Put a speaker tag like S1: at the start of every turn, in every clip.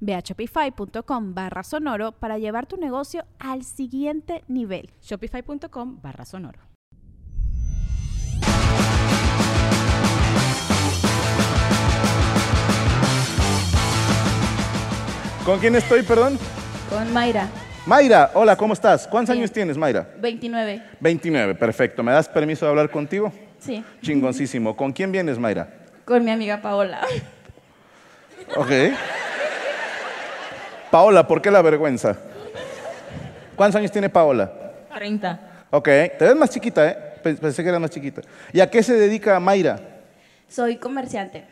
S1: Ve a shopify.com barra sonoro para llevar tu negocio al siguiente nivel.
S2: Shopify.com barra sonoro.
S3: ¿Con quién estoy, perdón?
S4: Con Mayra,
S3: Mayra, hola, ¿cómo estás? ¿Cuántos años tienes, Mayra?
S4: 29.
S3: 29, perfecto. ¿Me das permiso de hablar contigo?
S4: Sí,
S3: Chingoncísimo. ¿Con quién vienes, Mayra?
S4: con mi amiga Paola.
S3: Ok. Paola, ¿por qué la vergüenza? ¿Cuántos años tiene Paola?
S4: 30.
S3: Ok, te ves más chiquita, ¿eh? Pe- Pensé que eras más chiquita. ¿Y a qué se dedica Mayra?
S4: Soy comerciante.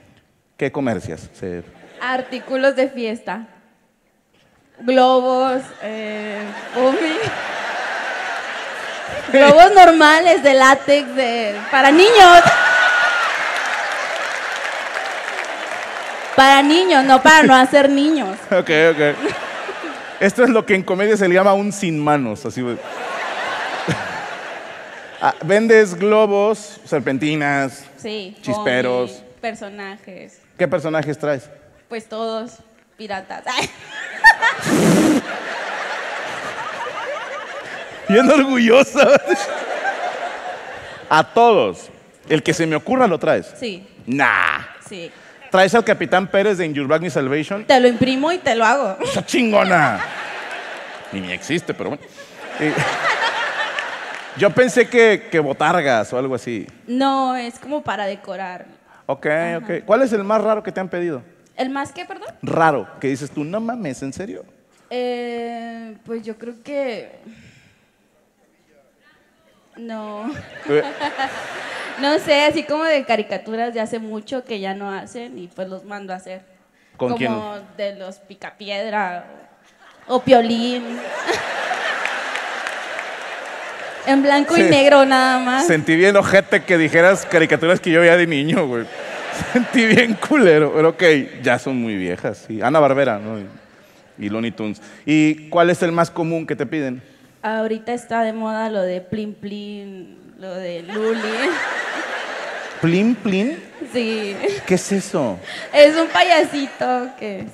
S3: ¿Qué comercias? Se-
S4: Artículos de fiesta. Globos, eh, Omi. Globos normales de látex de, para niños. Para niños, no para no hacer niños.
S3: Ok, ok. Esto es lo que en comedia se le llama un sin manos. Así. güey. Ah, Vendes globos, serpentinas.
S4: Sí.
S3: Chisperos.
S4: Omi, personajes.
S3: ¿Qué personajes traes?
S4: Pues todos piratas.
S3: Bien orgullosa. A todos. El que se me ocurra lo traes.
S4: Sí,
S3: Nah.
S4: sí.
S3: Traes al Capitán Pérez de In Your Bag Me Salvation.
S4: Te lo imprimo y te lo hago.
S3: ¡Esa chingona! Ni ni existe, pero bueno. Eh, yo pensé que, que botargas o algo así.
S4: No, es como para decorar.
S3: Ok, ok. ¿Cuál es el más raro que te han pedido?
S4: ¿El más que, perdón?
S3: Raro, que dices tú, no mames, ¿en serio?
S4: Eh, pues yo creo que... No.
S3: Eh,
S4: No sé, así como de caricaturas de hace mucho que ya no hacen y pues los mando a hacer.
S3: ¿Con
S4: como
S3: quién?
S4: de los picapiedra o, o piolín. en blanco y
S3: Se-
S4: negro nada más.
S3: Sentí bien ojete que dijeras caricaturas que yo veía de niño, güey. Sentí bien culero, pero ok, ya son muy viejas. sí. Ana Barbera, ¿no? Y- Y Looney Tunes. ¿Y cuál es el más común que te piden?
S4: Ahorita está de moda lo de Plin Plin, lo de Luli.
S3: ¿Plin Plin?
S4: Sí.
S3: ¿Qué es eso?
S4: Es un payasito que.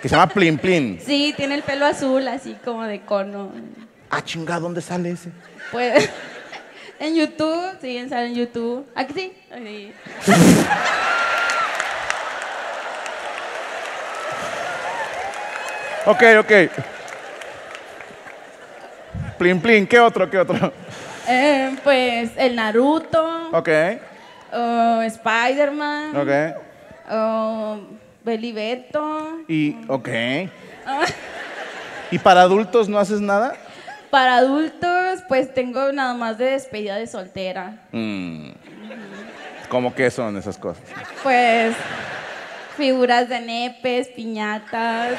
S3: Que se llama Plin Plin.
S4: Sí, tiene el pelo azul, así como de cono.
S3: Ah, chingada, ¿dónde sale ese?
S4: Pues. En YouTube, sí, sale en YouTube. Aquí sí. Ahí.
S3: Ok, ok. Plin Plin, ¿qué otro? ¿Qué otro?
S4: Eh, pues el Naruto,
S3: Ok,
S4: oh, Spider-Man,
S3: ok.
S4: oh, Belibeto.
S3: Y, ok. ¿Y para adultos no haces nada?
S4: Para adultos, pues tengo nada más de despedida de soltera.
S3: Mm. ¿Cómo que son esas cosas?
S4: Pues figuras de nepes, piñatas,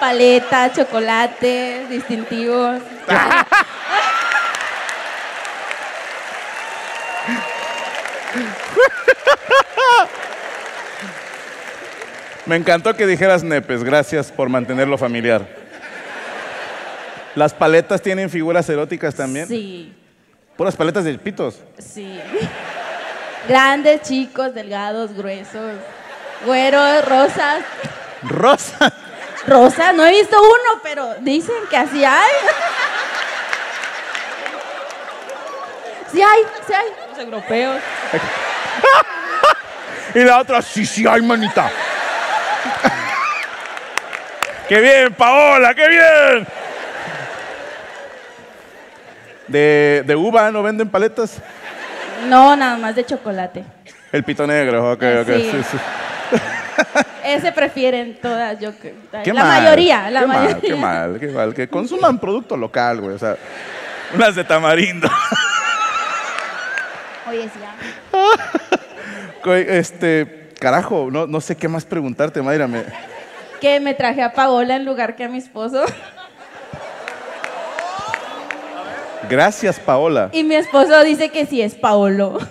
S4: paletas, chocolates, distintivos.
S3: Me encantó que dijeras nepes, gracias por mantenerlo familiar. ¿Las paletas tienen figuras eróticas también?
S4: Sí,
S3: Puras paletas de pitos.
S4: sí. Grandes, chicos, delgados, gruesos, güeros, rosas.
S3: Rosa.
S4: Rosas, no he visto uno, pero dicen que así hay. Sí hay, sí hay. Los europeos.
S3: Y la otra, sí, sí, ay, manita. ¡Qué bien, Paola, qué bien! De, de uva no venden paletas.
S4: No, nada más de chocolate.
S3: El pito negro, ok,
S4: Eh,
S3: ok.
S4: sí.
S3: sí, sí.
S4: Ese prefieren todas, yo creo.
S3: Qué
S4: la
S3: mal,
S4: mayoría, la
S3: qué
S4: mayoría.
S3: Mal, qué mal, qué mal. Que consuman producto local, güey. O sea, unas de tamarindo.
S4: Oye, sí, ya.
S3: Güey, Este, carajo, no, no sé qué más preguntarte, Mayra. me-
S4: Que me traje a Paola en lugar que a mi esposo.
S3: Gracias, Paola.
S4: Y mi esposo dice que sí es Paolo.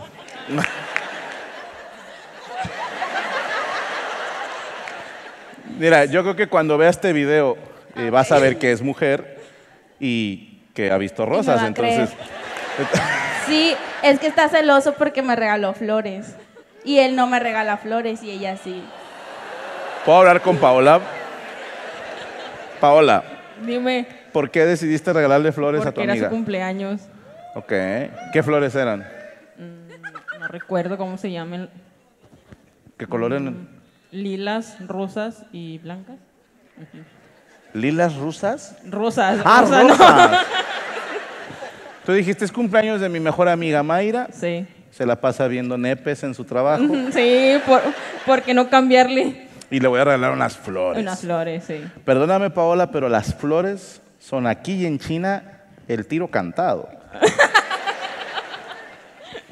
S3: Mira, yo creo que cuando veas este video eh, vas a ver que es mujer y que ha visto rosas.
S4: va a
S3: Entonces,
S4: Sí, es que está celoso porque me regaló flores. Y él no me regala flores y ella sí.
S3: ¿puedo hablar con Paola? Paola,
S5: Dime,
S3: ¿por qué decidiste regalarle flores a tu
S5: porque era su
S3: amiga?
S5: cumpleaños.
S3: Ok. ¿Qué flores eran?
S5: No recuerdo cómo se llaman.
S3: ¿Qué color
S5: Mm.
S3: eran?
S5: Lilas, rosas y blancas.
S3: ¿Lilas rusas?
S5: Rosas.
S3: ¡Ah,
S5: rosas, ¿no?
S3: rosa! Tú dijiste, es cumpleaños de mi mejor amiga Mayra.
S5: Sí.
S3: Se la pasa viendo nepes en su trabajo.
S5: Sí, por, ¿por qué no cambiarle?
S3: Y le voy a regalar unas flores.
S5: Unas flores, sí.
S3: Perdóname, Paola, pero las flores son aquí y en China el tiro cantado.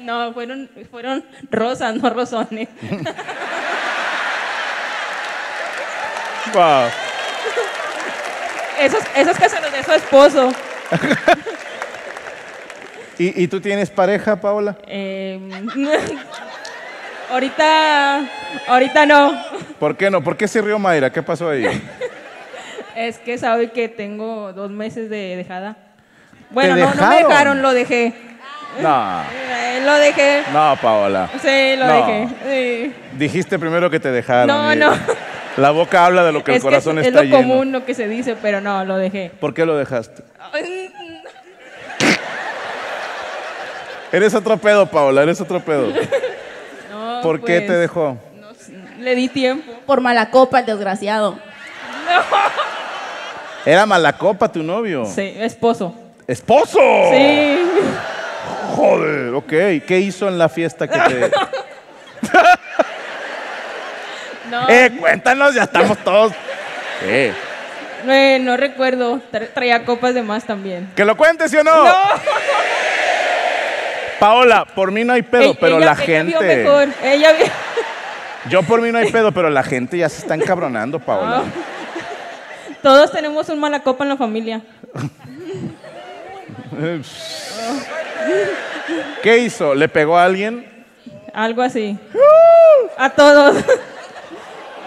S5: No, fueron, fueron rosas, no rosones.
S3: Wow.
S5: Esos, esos que se los de su esposo.
S3: ¿Y, y tú tienes pareja, Paola?
S5: Eh, ahorita, ahorita no.
S3: ¿Por qué no? ¿Por qué se rió Mayra? ¿Qué pasó ahí?
S5: Es que sabe que tengo dos meses de dejada. Bueno,
S3: ¿Te
S5: no, no me
S3: dejaron?
S5: dejaron, lo dejé.
S3: No,
S5: Eh, lo dejé.
S3: no, Paola.
S5: Sí, lo
S3: No.
S5: dejé. sí.
S3: Dijiste primero que te dejaron.
S5: No,
S3: y
S5: no.
S3: La boca habla de lo que el
S5: es que es,
S3: corazón
S5: es
S3: está
S5: lo
S3: lleno.
S5: común lo que se dice, pero no, lo dejé.
S3: ¿Por qué lo dejaste? Eres otro pedo, Paola, eres otro pedo.
S5: No,
S3: ¿Por qué
S5: pues,
S3: te dejó?
S5: no sé, le di tiempo.
S4: Por mala copa, el desgraciado.
S3: Era mala copa tu novio.
S5: Sí, esposo.
S3: ¡Esposo!
S5: Sí.
S3: Joder, ok. ¿Qué hizo en la fiesta que te.?
S5: No,
S3: ¡Eh, cuéntanos! Ya estamos todos. Sí.
S5: eh, no recuerdo. Tra- traía copas de más también.
S3: ¿Que lo cuentes, sí o no? Paola, por mí no hay pedo,
S5: Ey,
S3: pero
S5: ella-
S3: la
S5: ella
S3: gente.
S5: Vio mejor. Ella vio-
S3: Yo por mí no hay pedo, pero la gente ya se está encabronando, Paola.
S5: Ah. Todos tenemos un mala copa en la familia.
S3: ¿Qué hizo? ¿Le pegó a alguien?
S5: Algo así. A todos.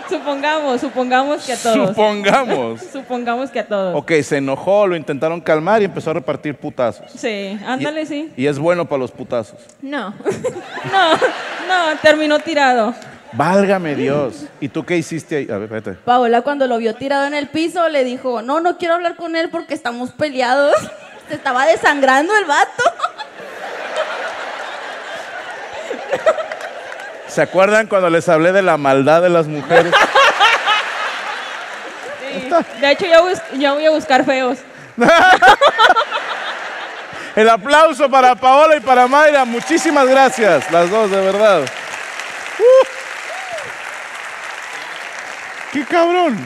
S5: supongamos, supongamos que a todos.
S3: Supongamos.
S5: supongamos que a todos.
S3: Ok, se enojó, lo intentaron calmar y empezó a repartir putazos.
S5: Sí, ándale,
S3: Y-
S5: sí.
S3: Y es bueno para los putazos.
S5: No. no, no, terminó tirado.
S3: Válgame Dios. ¿Y tú qué hiciste ahí? A ver, espérate.
S4: Paola cuando lo vio tirado en el piso le dijo, no, no quiero hablar con él porque estamos peleados. Se estaba desangrando el vato.
S3: ¿Se acuerdan cuando les hablé de la maldad de las mujeres?
S5: De hecho, yo, bus- yo voy a buscar feos.
S3: El aplauso para Paola y para Mayra. Muchísimas gracias, las dos, de verdad. ¡Uh! ¡Qué cabrón!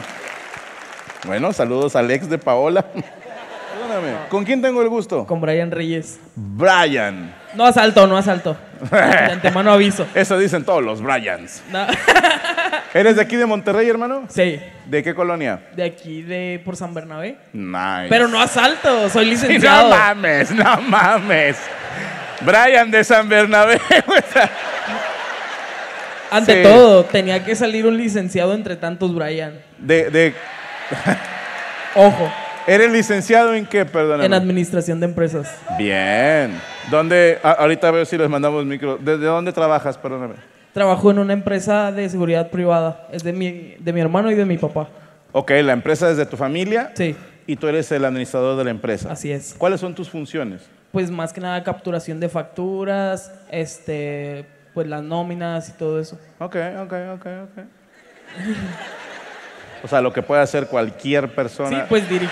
S3: Bueno, saludos al ex de Paola. Perdóname. ¿Con quién tengo el gusto?
S6: Con Brian Reyes.
S3: Brian.
S6: No asalto, no asalto. De antemano aviso.
S3: Eso dicen todos los Bryans.
S6: No.
S3: ¿Eres de aquí de Monterrey, hermano?
S6: Sí,
S3: ¿De qué colonia?
S6: de aquí de por San Bernabé.
S3: Nice.
S6: Pero no asalto, soy
S3: Sí,
S6: licenciado.
S3: no mames, no mames. Brian de San Bernabé. güey.
S6: Ante
S3: Sí.
S6: todo, tenía que salir un licenciado entre tantos Brian.
S3: De, de,
S6: Ojo,
S3: ¿Eres licenciado en qué, perdóname?
S6: en administración de empresas.
S3: Bien. ¿Dónde? a- ahorita veo si les mandamos micro. ¿Desde dónde trabajas? Perdóname.
S6: Trabajo en una empresa de seguridad privada. Es de mi, de mi hermano y de mi papá.
S3: Ok, la empresa es de tu familia.
S6: Sí,
S3: Y tú eres el administrador de la empresa.
S6: así es.
S3: ¿Cuáles son tus funciones?
S6: Pues más que nada capturación de facturas, este, pues las nóminas y todo eso.
S3: Ok, ok, ok, ok. O
S6: pues
S3: sea, lo que puede hacer cualquier
S6: Sí,
S3: persona.
S6: pues dirigir.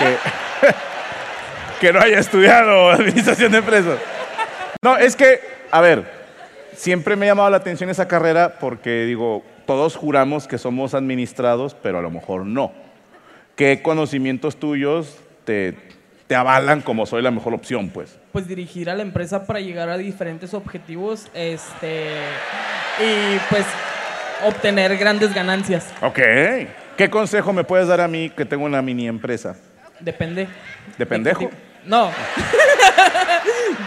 S3: que- que no haya estudiado administración de empresas. No, es que, a ver, siempre me ha llamado la atención esa carrera porque digo, todos juramos que somos administrados, pero a lo mejor no. ¿Qué conocimientos tuyos te, te avalan como soy la mejor opción, pues?
S6: pues dirigir a la empresa para llegar a diferentes objetivos este y pues obtener grandes ganancias
S3: Ok. ¿Qué consejo me puedes dar a mí que tengo una mini empresa?
S6: depende
S3: ¿De pendejo?
S6: qué tipo- no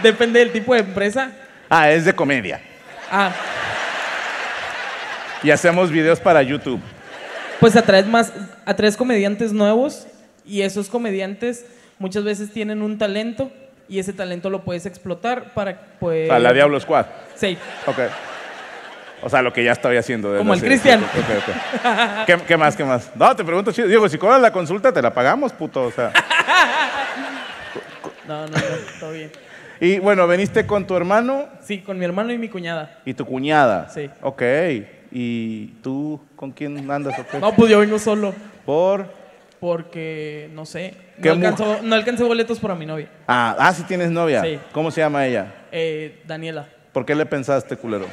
S6: depende del tipo de empresa
S3: Ah, es de comedia.
S6: ah
S3: Y hacemos videos para YouTube.
S6: pues atraes más atraes comediantes nuevos y esos comediantes muchas veces tienen un talento y ese talento lo puedes explotar para
S3: O
S6: pues
S3: sea,
S7: Eh,
S3: la Diablo Squad.
S6: sí
S3: Ok. O sea, lo que ya estoy haciendo. de
S6: Como el
S3: la-
S6: Cristian.
S3: Ok, ok. ¿Qué, qué más, qué más? No, te pregunto chido. Digo, si cobras la consulta, te la pagamos, puto. O sea.
S6: no no no todo bien
S3: Y bueno, veniste con tu hermano
S6: sí con mi hermano y mi cuñada
S3: y tu cuñada.
S6: Sí.
S3: Ok. ¿Y tú con quién andas o qué?
S6: no pues yo vengo solo
S3: Por.
S6: Porque, no sé,
S3: ¿Qué
S6: no
S3: mu-
S6: alcanzó, no alcancé boletos para mi novia,
S3: Ah, ah, sí tienes novia.
S6: Sí.
S3: ¿Cómo se llama ella?
S6: eh, Daniela.
S3: ¿Por qué le pensaste, culero?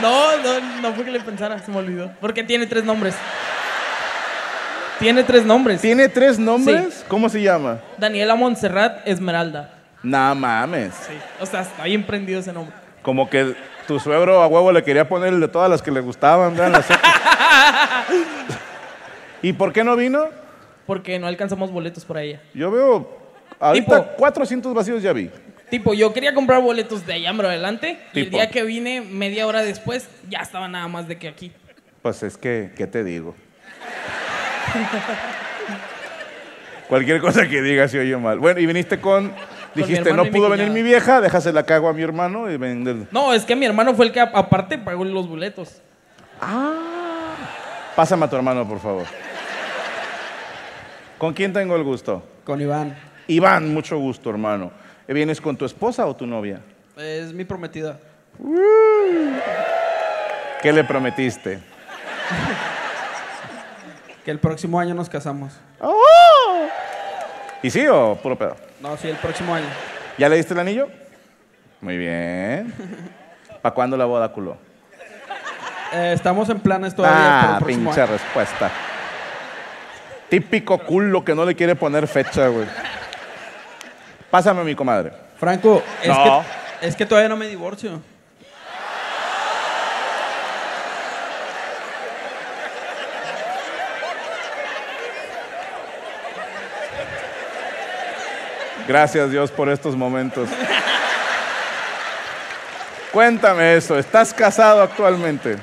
S6: No, no, no fue que le pensara, se me olvidó. Porque tiene tres nombres. Tiene tres nombres.
S3: ¿Tiene tres nombres? ¿Cómo se llama?
S6: Daniela Montserrat Esmeralda.
S3: Nah, mames.
S6: Sí, o sea, está bien prendido ese nombre.
S3: Como que tu suegro a huevo le quería poner el de todas las que le gustaban, ¿verdad? Las otras. ¿Y por qué no vino?
S6: Porque no alcanzamos boletos para ella.
S3: Yo veo ahorita
S6: Tipo.
S3: 400 vacíos ya vi.
S6: Tipo, yo quería comprar boletos de allá para adelante. Y el
S3: Tipo.
S6: día que vine, media hora después, ya estaba nada más de que aquí.
S3: Pues es que, ¿qué te digo? Cualquier cosa que digas se oye mal. Bueno, y viniste con... Dijiste,
S6: hermano
S3: no
S6: y mi
S3: pudo venir
S6: cuñada.
S3: mi vieja, déjase la cago a mi hermano y ven...
S6: No, es que mi hermano fue el que a- aparte pagó los boletos.
S3: Pásame a tu hermano, por favor. ¿Con quién tengo el gusto?
S7: Con Iván.
S3: Iván, mucho gusto, hermano. Eh, ¿Vienes con tu esposa o tu novia?
S7: Es mi prometida.
S3: ¿Qué le prometiste?
S7: Que el próximo año nos casamos.
S3: ¿Y sí o puro pedo?
S7: No, sí, el próximo año.
S3: ¿Ya le diste el anillo? Muy bien. ¿Para cuándo la boda, culo?
S7: Eh, estamos en planes todavía para
S3: ah,
S7: el próximo
S3: pinche
S7: año.
S3: respuesta. Típico culo que no le quiere poner fecha, güey. Pásame a mi comadre.
S7: Franco, es,
S3: No.
S7: que, es que todavía no me divorcio.
S3: Gracias Dios por estos momentos. Cuéntame eso. ¿Estás casado actualmente?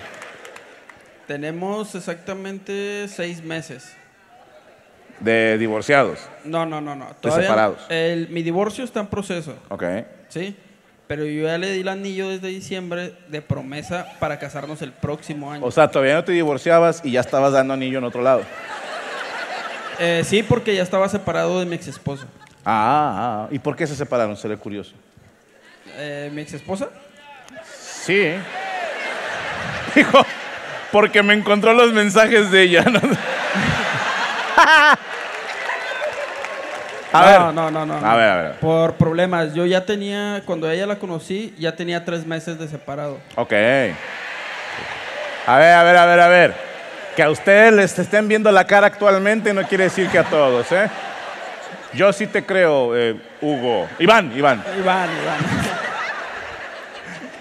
S7: Tenemos exactamente seis meses.
S3: De divorciados.
S7: No, no, no, no.
S3: separados.
S7: el- mi divorcio está en proceso,
S3: Ok.
S7: ¿sí? Pero yo ya le di el anillo desde diciembre de promesa para casarnos el próximo año.
S3: O sea, todavía no te divorciabas y ya estabas dando anillo en otro lado.
S7: Eh, sí, porque ya estaba separado de mi ex esposa.
S3: Ah, ah, ¿y por qué se separaron? Seré curioso.
S7: Eh, ¿Mi ex esposa?
S3: Sí. Dijo, porque me encontró los mensajes de ella. ¿no? a ver.
S7: no, no, no, no.
S3: A
S7: no.
S3: ver, a ver.
S7: Por problemas. Yo ya tenía, cuando ella la conocí, ya tenía tres meses de separado.
S3: Ok. A ver, a ver, a ver, a ver. Que a ustedes les estén viendo la cara actualmente no quiere decir que a todos, ¿eh? Yo sí te creo, eh, Hugo. Iván, Iván.
S7: Iván, Iván.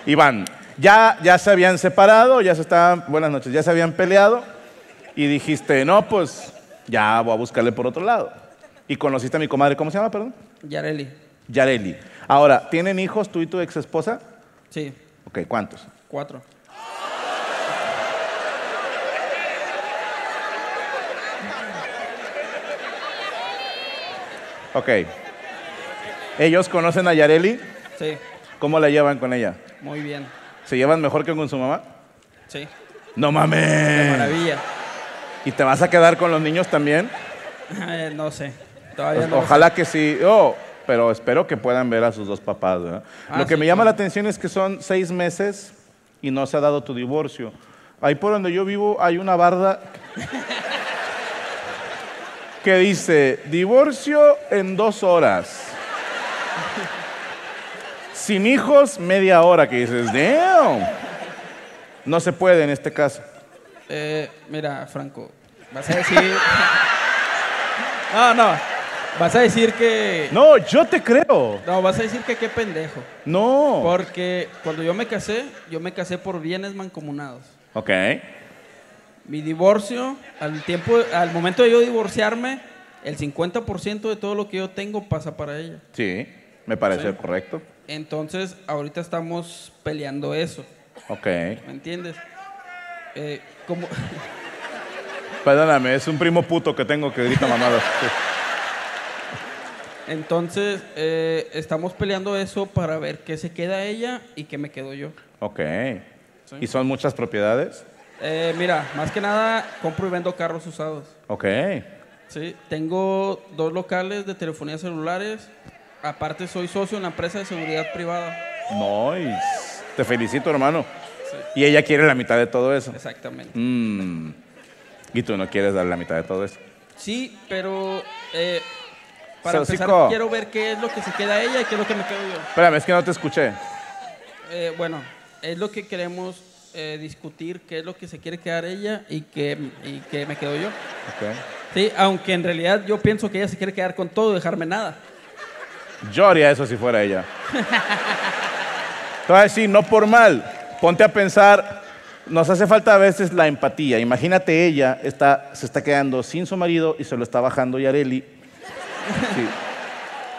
S3: Iván, ya, ya se habían separado, ya se estaban, buenas noches, ya se habían peleado y dijiste, no, pues ya voy a buscarle por otro lado. Y conociste a mi comadre, ¿cómo se llama, perdón?
S7: Yareli.
S3: Yareli. Ahora, ¿tienen hijos tú y tu ex esposa?
S7: Sí,
S3: Ok, ¿cuántos?
S7: cuatro.
S3: Ok. ¿Ellos conocen a Yareli?
S7: Sí,
S3: ¿Cómo la llevan con ella?
S7: muy bien.
S3: ¿Se llevan mejor que con su mamá?
S7: Sí,
S3: No mames.
S7: maravilla.
S3: ¿Y te vas a quedar con los niños también?
S7: Eh, no sé. Todavía
S3: Pues,
S7: Ah, no. lo
S3: ojalá que sí. Oh, pero espero que puedan ver a sus dos papás. ¿verdad?
S7: Ah,
S3: Lo que
S7: sí,
S3: me llama
S7: claro.
S3: la atención es que son seis meses y no se ha dado tu divorcio. Ahí por donde yo vivo hay una barda. que dice, divorcio en dos horas. Sin hijos, media hora, que dices, damn. No se puede en este caso.
S7: Eh, mira, Franco, vas a decir. no, no. Vas a decir que.
S3: No, yo te creo.
S7: No, vas a decir que qué pendejo.
S3: No.
S7: Porque cuando yo me casé, yo me casé por bienes mancomunados.
S3: Ok.
S7: Mi divorcio, al tiempo, al momento de yo divorciarme, el 50% de todo lo que yo tengo pasa para ella.
S3: Sí, me parece correcto.
S7: Entonces, ahorita estamos peleando eso,
S3: Ok.
S7: ¿me entiendes? Eh, como,
S3: Perdóname, es un primo puto que tengo que grita mamadas. Sí.
S7: entonces, eh, estamos peleando eso para ver qué se queda ella y qué me quedo yo.
S3: Ok. ¿Y son muchas propiedades?
S7: Eh, mira, más que nada, compro y vendo carros usados.
S3: Ok.
S7: Sí, tengo dos locales de telefonía celulares. Aparte, soy socio en la empresa de seguridad privada.
S3: Nice. Te felicito, hermano. Y ella quiere la mitad de todo eso.
S7: Exactamente.
S3: Mm. Y tú no quieres dar la mitad de todo eso.
S7: Sí, pero eh, para
S3: Saucico.
S7: empezar quiero ver qué es lo que se queda a ella y qué es lo que me quedo yo.
S3: Espérame, es que no te escuché.
S7: Eh, bueno, es lo que queremos eh, discutir, qué es lo que se quiere quedar ella y qué, y qué me quedo yo.
S3: Ok.
S7: Sí, aunque en realidad yo pienso que ella se quiere quedar con todo y dejarme nada.
S3: Yo haría eso si fuera ella. Te voy a decir, no por mal. Ponte a pensar, nos hace falta a veces la empatía. Imagínate ella está, se está quedando sin su marido y se lo está bajando Yareli. Sí.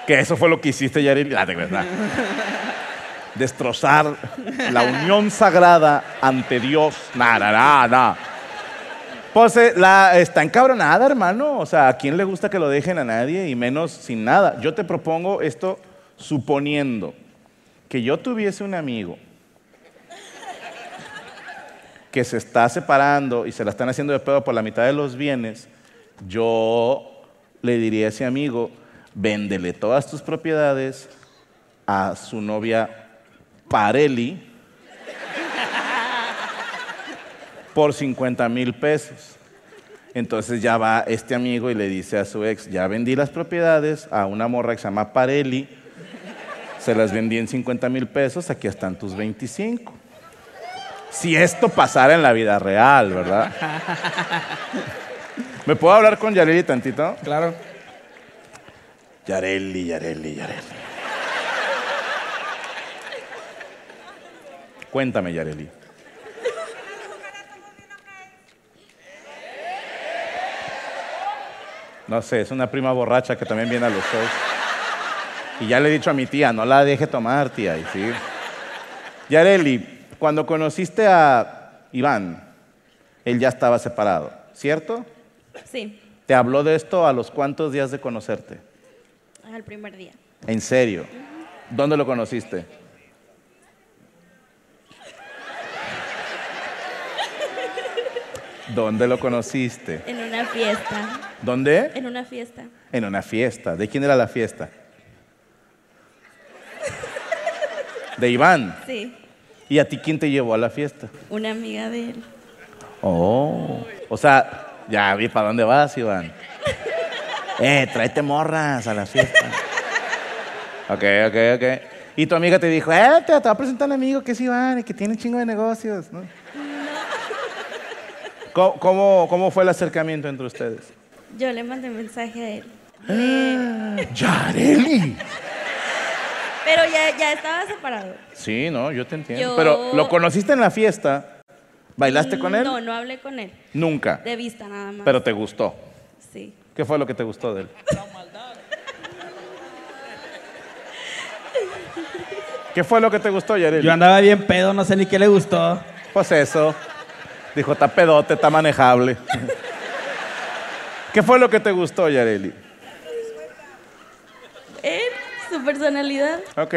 S3: Que eso fue lo que hiciste, Yareli. Ah, de verdad. Destrozar la unión sagrada ante Dios. Nah, nah, nah, nah. Pues eh, la está encabronada, hermano. O sea, ¿a quién le gusta que lo dejen a nadie y menos sin nada? Yo te propongo esto suponiendo que yo tuviese un amigo que se está separando y se la están haciendo de pedo por la mitad de los bienes, yo le diría a ese amigo, véndele todas tus propiedades a su novia Pareli por 50 mil pesos. Entonces ya va este amigo y le dice a su ex, ya vendí las propiedades a una morra que se llama Pareli, se las vendí en 50 mil pesos, aquí están tus 25. Si esto pasara en la vida real, ¿verdad? ¿Me puedo hablar con Yareli tantito?
S7: Claro.
S3: Yareli, Yareli, Yareli. Cuéntame, Yareli. No sé, es una prima borracha que también viene a los shows. Y ya le he dicho a mi tía, no la deje tomar, tía. Y sí. Yareli, cuando conociste a Iván, él ya estaba separado, ¿cierto?
S4: Sí,
S3: ¿Te habló de esto a los cuantos días de conocerte?
S4: al primer día.
S3: ¿En serio? ¿Dónde lo conociste? ¿Dónde lo conociste?
S4: En una fiesta.
S3: ¿Dónde?
S4: En una fiesta.
S3: En una fiesta. ¿De quién era la fiesta? De Iván.
S4: Sí.
S3: ¿Y a ti quién te llevó a la fiesta?
S4: Una amiga de él.
S3: Oh. O sea, ya vi para dónde vas, Iván. Eh, tráete morras a la fiesta. Ok, ok, ok. Y tu amiga te dijo, eh, te, te va a presentar un amigo que es Iván y que tiene un chingo de negocios, ¿no? ¿Cómo, cómo, cómo fue el acercamiento entre ustedes?
S4: Yo le mandé mensaje a él.
S3: ¡Yareli!
S4: Pero ya, ya estaba separado.
S3: Sí, no, yo te entiendo.
S4: Yo- Mm,
S3: Pero, ¿lo conociste en la fiesta? ¿Bailaste con él?
S4: No, no hablé con él.
S3: Nunca.
S4: De vista nada más.
S3: Pero te gustó.
S4: Sí.
S3: ¿Qué fue lo que te gustó de él? ¿Qué fue lo que te gustó, Yareli?
S7: Yo andaba bien pedo, no sé ni qué le gustó.
S3: Pues eso. Dijo, está pedote, está manejable. ¿Qué fue lo que te gustó, Yareli?
S4: Él, su personalidad.
S3: Ok.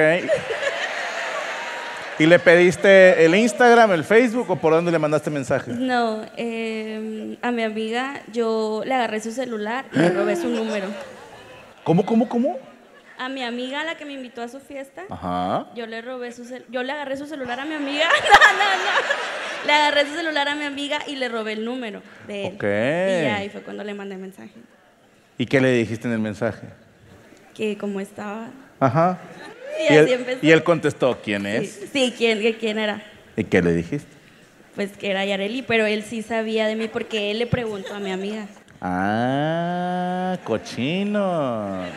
S3: ¿Y le pediste el Instagram, el Facebook o por dónde le mandaste mensaje?
S4: No, eh, a mi amiga yo le agarré su celular y le robé su número.
S3: ¿Cómo, cómo, cómo?
S4: A mi amiga, la que me invitó a su fiesta,
S3: Ah. Ajá.
S4: yo le robé su cel- yo le agarré su celular a mi amiga. No, no, no. Le agarré su celular a mi amiga y le robé el número de él.
S3: Ok.
S4: Y ahí fue cuando le mandé mensaje.
S3: ¿Y qué le dijiste en el mensaje?
S4: Que como estaba.
S3: Ajá.
S4: Y,
S3: él,
S4: así empezó.
S3: y él contestó, ¿quién es?
S4: Sí, sí, ¿quién, que ¿quién era?
S3: ¿Y qué le dijiste?
S4: Pues que era Yareli, pero él sí sabía de mí porque él le preguntó a mi amiga.
S3: Ah, cochinos.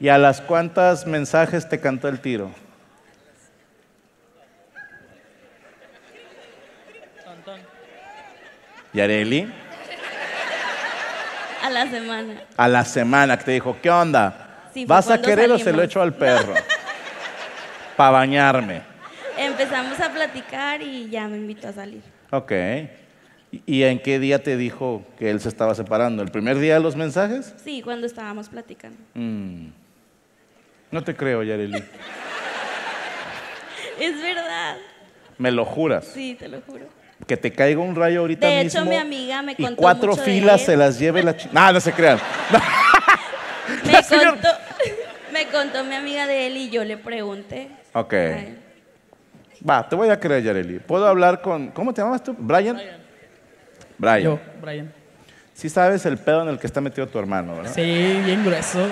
S3: ¿Y a las cuántas mensajes te cantó el tiro? Yareli,
S4: A la semana.
S3: a la semana que te dijo, ¿qué onda?
S4: Sí, fue
S3: ¿Vas a
S4: cuando
S3: querer o se
S4: salimos.
S3: lo echo al perro? Para bañarme.
S4: Empezamos a platicar y ya me invitó a salir.
S3: Ok. ¿Y- ¿Y en qué día te dijo que él se estaba separando? ¿El primer día de los mensajes?
S4: Sí, cuando estábamos platicando.
S3: Mm. No te creo, Yareli.
S4: Es verdad.
S3: Me lo juras.
S4: Sí, te lo juro.
S3: Que te caiga un rayo ahorita
S4: De
S3: mismo.
S4: hecho, mi amiga me
S3: Y
S4: contó
S3: cuatro
S4: mucho de
S3: filas
S4: él.
S3: se las lleve la chica. No, no se crean.
S4: Me
S3: La señora-
S4: contó, me contó mi amiga de él y yo le pregunté.
S3: Ok.
S4: a él.
S3: Va, te voy a creer, Yareli. ¿Puedo hablar con. ¿Cómo te llamas tú? ¿Brian? Brian.
S6: Yo, Brian.
S3: Sí sabes el pedo en el que está metido tu hermano, ¿verdad?
S6: Sí, bien grueso.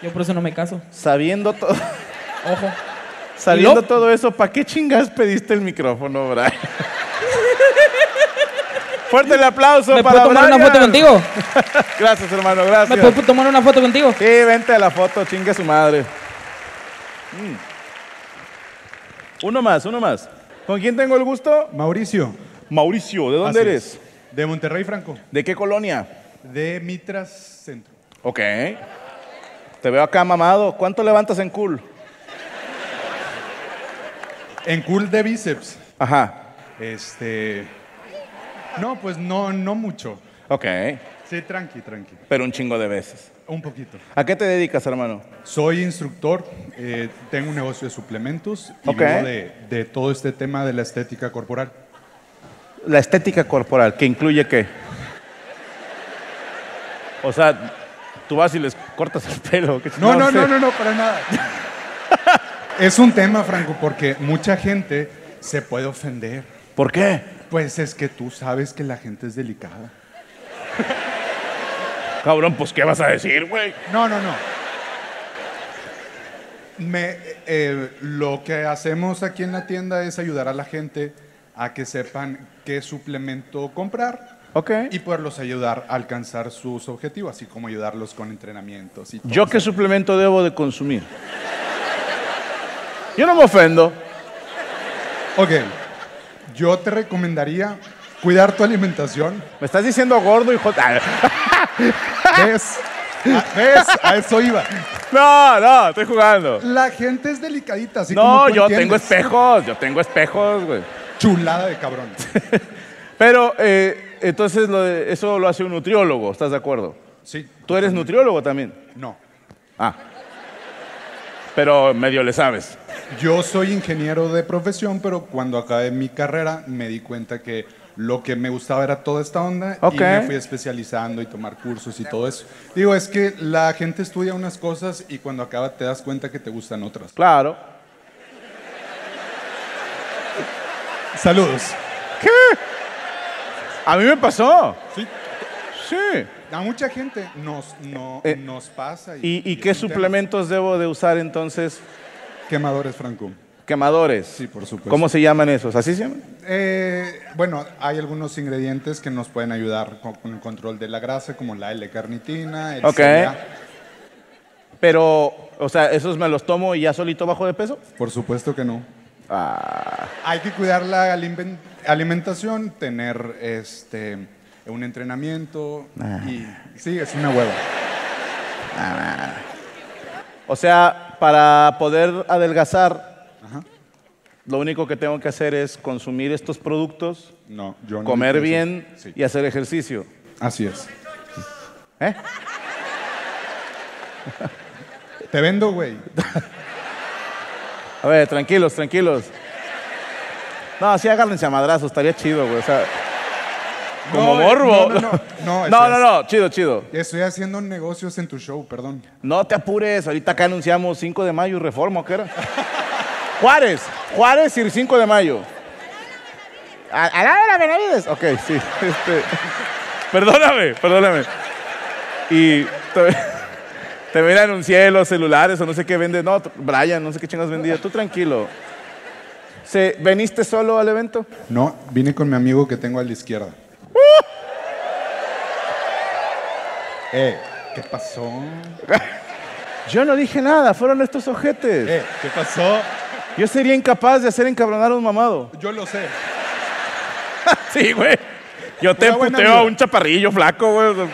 S6: Yo por eso no me caso.
S3: Sabiendo todo.
S6: Ojo.
S3: Sabiendo
S6: luego-
S3: todo eso, ¿para qué chingas pediste el micrófono, Brian? Fuerte el aplauso
S6: ¿Me
S3: para
S6: puedo tomar una
S3: Brian.
S6: foto contigo?
S3: Gracias, hermano,
S6: ¿Me
S3: gracias.
S6: puedo tomar una foto contigo?
S3: Sí, vente a la foto, chingue su madre. Mm. Uno más, uno más. ¿Con quién tengo el gusto?
S8: Mauricio.
S3: Mauricio, ¿de dónde
S8: Así
S3: eres?
S8: es. De Monterrey Franco,
S3: ¿De qué colonia?
S8: de Mitras Centro.
S3: Ok. Te veo acá mamado. ¿Cuánto levantas en cool?
S8: En cool de bíceps.
S3: Ajá.
S8: Este. No, pues no, no mucho.
S3: Ok.
S8: Sí, tranqui, tranqui.
S3: Pero un chingo de veces.
S8: Un poquito.
S3: ¿A qué te dedicas, hermano?
S8: Soy instructor, eh, tengo un negocio de suplementos y
S3: Ok.
S8: luego de, de todo este tema de la estética corporal.
S3: La estética corporal, ¿que incluye qué? O sea, tú vas y les cortas el pelo. ¿qué
S8: No, no,
S3: chingados?
S8: no, no, no, para nada. es un tema, Franco, porque mucha gente se puede ofender.
S3: ¿Por qué?
S8: Pues es que tú sabes que la gente es delicada.
S3: Cabrón, pues ¿qué vas a decir, güey?
S8: No, no, no. Me, eh, lo que hacemos aquí en la tienda es ayudar a la gente a que sepan qué suplemento comprar
S3: Ok.
S8: y poderlos ayudar a alcanzar sus objetivos, así como ayudarlos con entrenamientos y todo
S3: ¿Yo
S8: eso.
S3: qué suplemento debo de consumir? Yo no me ofendo.
S8: Ok, yo te recomendaría cuidar tu alimentación.
S3: Me estás diciendo gordo, hijo. Ah,
S8: ¿Ves? Ah, ¿Ves? A eso iba.
S3: No, no, estoy jugando.
S8: La gente es delicadita, así como
S3: No,
S8: tú
S3: yo tengo
S8: entiendes.
S3: espejos, yo tengo espejos, güey.
S8: Chulada de cabrón.
S3: Pero eh, entonces lo de- eso lo hace un nutriólogo, ¿estás de acuerdo?
S8: Sí.
S3: Tú eres nutriólogo también.
S8: No.
S3: Ah. Pero medio le sabes.
S8: Yo soy ingeniero de profesión, pero cuando acabé mi carrera me di cuenta que lo que me gustaba era toda esta onda
S3: Ok.
S8: y me fui especializando y tomar cursos y todo eso. Digo, es que la gente estudia unas cosas y cuando acaba te das cuenta que te gustan otras.
S3: Claro.
S8: Saludos.
S3: A mí me pasó.
S8: Sí.
S3: Sí.
S8: A mucha gente nos, no,
S3: Eh,
S8: nos pasa.
S3: ¿Y, y
S8: es
S3: qué
S8: un tema.
S3: suplementos debo de usar entonces?
S8: Quemadores, Franco.
S3: Quemadores.
S8: Sí, por supuesto.
S3: ¿Cómo se llaman esos? ¿Así se llaman?
S8: Eh, bueno, hay algunos ingredientes que nos pueden ayudar con, con el control de la grasa, como la L-carnitina, el
S3: Ok.
S8: CLA.
S3: Pero, o sea, esos me los tomo y ya solito bajo de peso.
S8: Por supuesto que no.
S3: Ah,
S8: Hay que cuidar la alimen- alimentación, tener este un entrenamiento
S3: Ah.
S8: y sí, es una hueva.
S3: o sea, para poder adelgazar, lo único que tengo que hacer es consumir estos productos,
S8: No, yo no
S3: comer
S8: digo eso.
S3: bien
S8: Sí.
S3: y hacer ejercicio.
S8: Así es.
S3: ¿Eh?
S8: Te vendo, güey.
S3: A ver, tranquilos, tranquilos. No, así agárrense a madrazos, estaría chido, güey. O sea, como
S8: No, eh,
S3: morbo.
S8: No, no,
S3: no,
S8: no. No, eso
S3: no,
S8: es.
S3: no, chido, chido.
S8: Estoy haciendo negocios en tu show, perdón.
S3: No te apures, ahorita acá anunciamos 5 de mayo y reforma, ¿qué era? Juárez, Juárez y el 5 de mayo. A, a la hora, Benavides. Ok, sí. este. Perdóname, perdóname. Y te- también anuncié los celulares o no sé qué vende. No, t- Brian, no sé qué chingas vendía. Tú tranquilo. Se- ¿Veniste solo al evento?
S8: No, vine con mi amigo que tengo a la izquierda. Eh, ¿qué pasó?
S3: Yo no dije nada, fueron estos ojetes.
S8: Eh, ¿qué pasó?
S3: Yo sería incapaz de hacer encabronar a un mamado.
S8: Yo lo sé.
S3: Sí, güey. Yo te
S8: Una buena
S3: puteo a
S8: vida.
S3: un chaparrillo flaco, güey. O sea,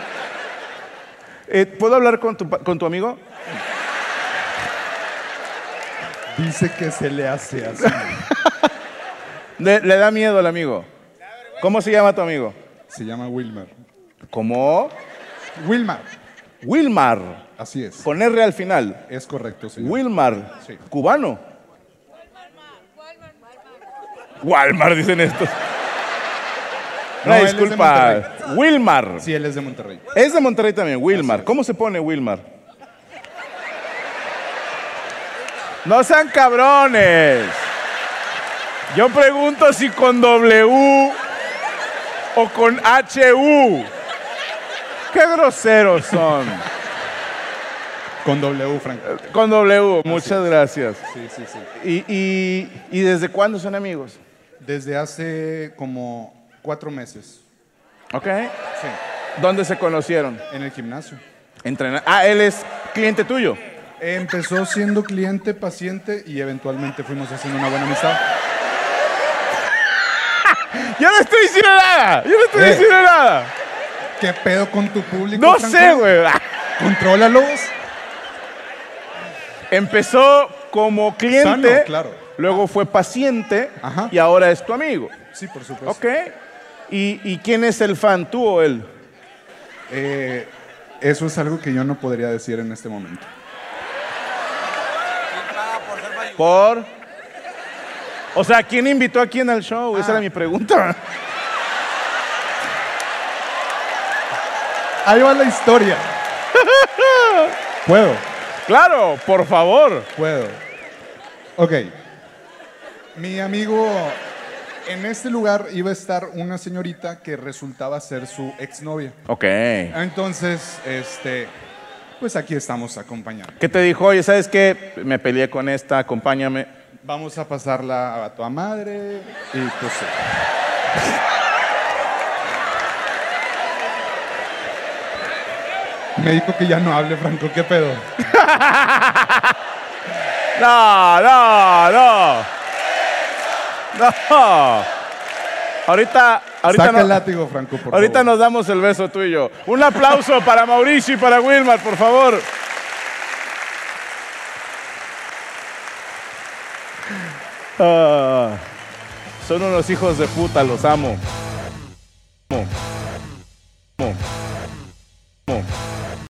S3: eh, ¿Puedo hablar con tu, pa- con tu amigo?
S8: Dice que se le hace así.
S3: Le, le da miedo al amigo. ¿Cómo se llama tu amigo?
S8: Se llama Wilmer.
S3: ¿Cómo?
S8: Wilmar.
S3: Wilmar.
S8: Así es.
S3: Con R al final.
S8: Es correcto, señor.
S3: Wilmar.
S8: Sí.
S3: Cubano. Walmart, dicen estos.
S8: No,
S3: Una
S8: él es de
S3: disculpa.
S8: Monterrey.
S3: Wilmar.
S8: Sí, él es de Monterrey.
S3: Es de Monterrey también, Wilmar. ¿Cómo se pone Wilmar? No sean cabrones. Yo pregunto si con W o con HU. Qué groseros son.
S8: Con W, Frank.
S3: Con W, muchas gracias.
S8: Sí, sí, sí.
S3: ¿Y, y, y desde cuándo son amigos?
S8: Desde hace como cuatro meses.
S3: ¿Ok?
S8: Sí.
S3: ¿Dónde se conocieron?
S8: En el gimnasio.
S3: Entrenar. Ah, él es cliente tuyo.
S8: Empezó siendo cliente, paciente y eventualmente fuimos haciendo una buena amistad.
S3: Yo no estoy diciendo nada. Yo no estoy
S8: Eh.
S3: diciendo nada.
S8: ¿Qué pedo con tu público?
S3: No
S8: Franco?
S3: sé, güey.
S8: Contrólalos.
S3: Empezó como cliente,
S8: Sano, claro.
S3: luego fue paciente
S8: Ajá. Pues
S3: y ahora es tu amigo.
S8: Sí, por supuesto.
S3: ¿Ok? ¿Y, y quién es el fan, tú o él?
S8: Eh, eso es algo que yo no podría decir en este momento.
S3: Por. O sea, ¿quién invitó a quién al show? Esa
S8: Ah.
S3: era mi pregunta.
S8: Ahí va la historia. Puedo.
S3: Claro, por favor.
S8: Puedo. Ok. Mi amigo, en este lugar iba a estar una señorita que resultaba ser su exnovia.
S3: Ok.
S8: Entonces, este, pues aquí estamos acompañando.
S3: ¿Qué te dijo? Oye, ¿sabes qué? Me peleé con esta, acompáñame.
S8: Vamos a pasarla a tu madre y pues sí. Me dijo que ya no hable, Franco, ¿qué pedo?
S3: No, no, no. No. Ahorita, ahorita
S8: Saca
S3: no.
S8: el látigo, Franco, por
S3: Ahorita
S8: favor.
S3: nos damos el beso tú y yo. Un aplauso para Mauricio y para Wilmar, por favor. Ah, son unos hijos de puta, los amo. Amo.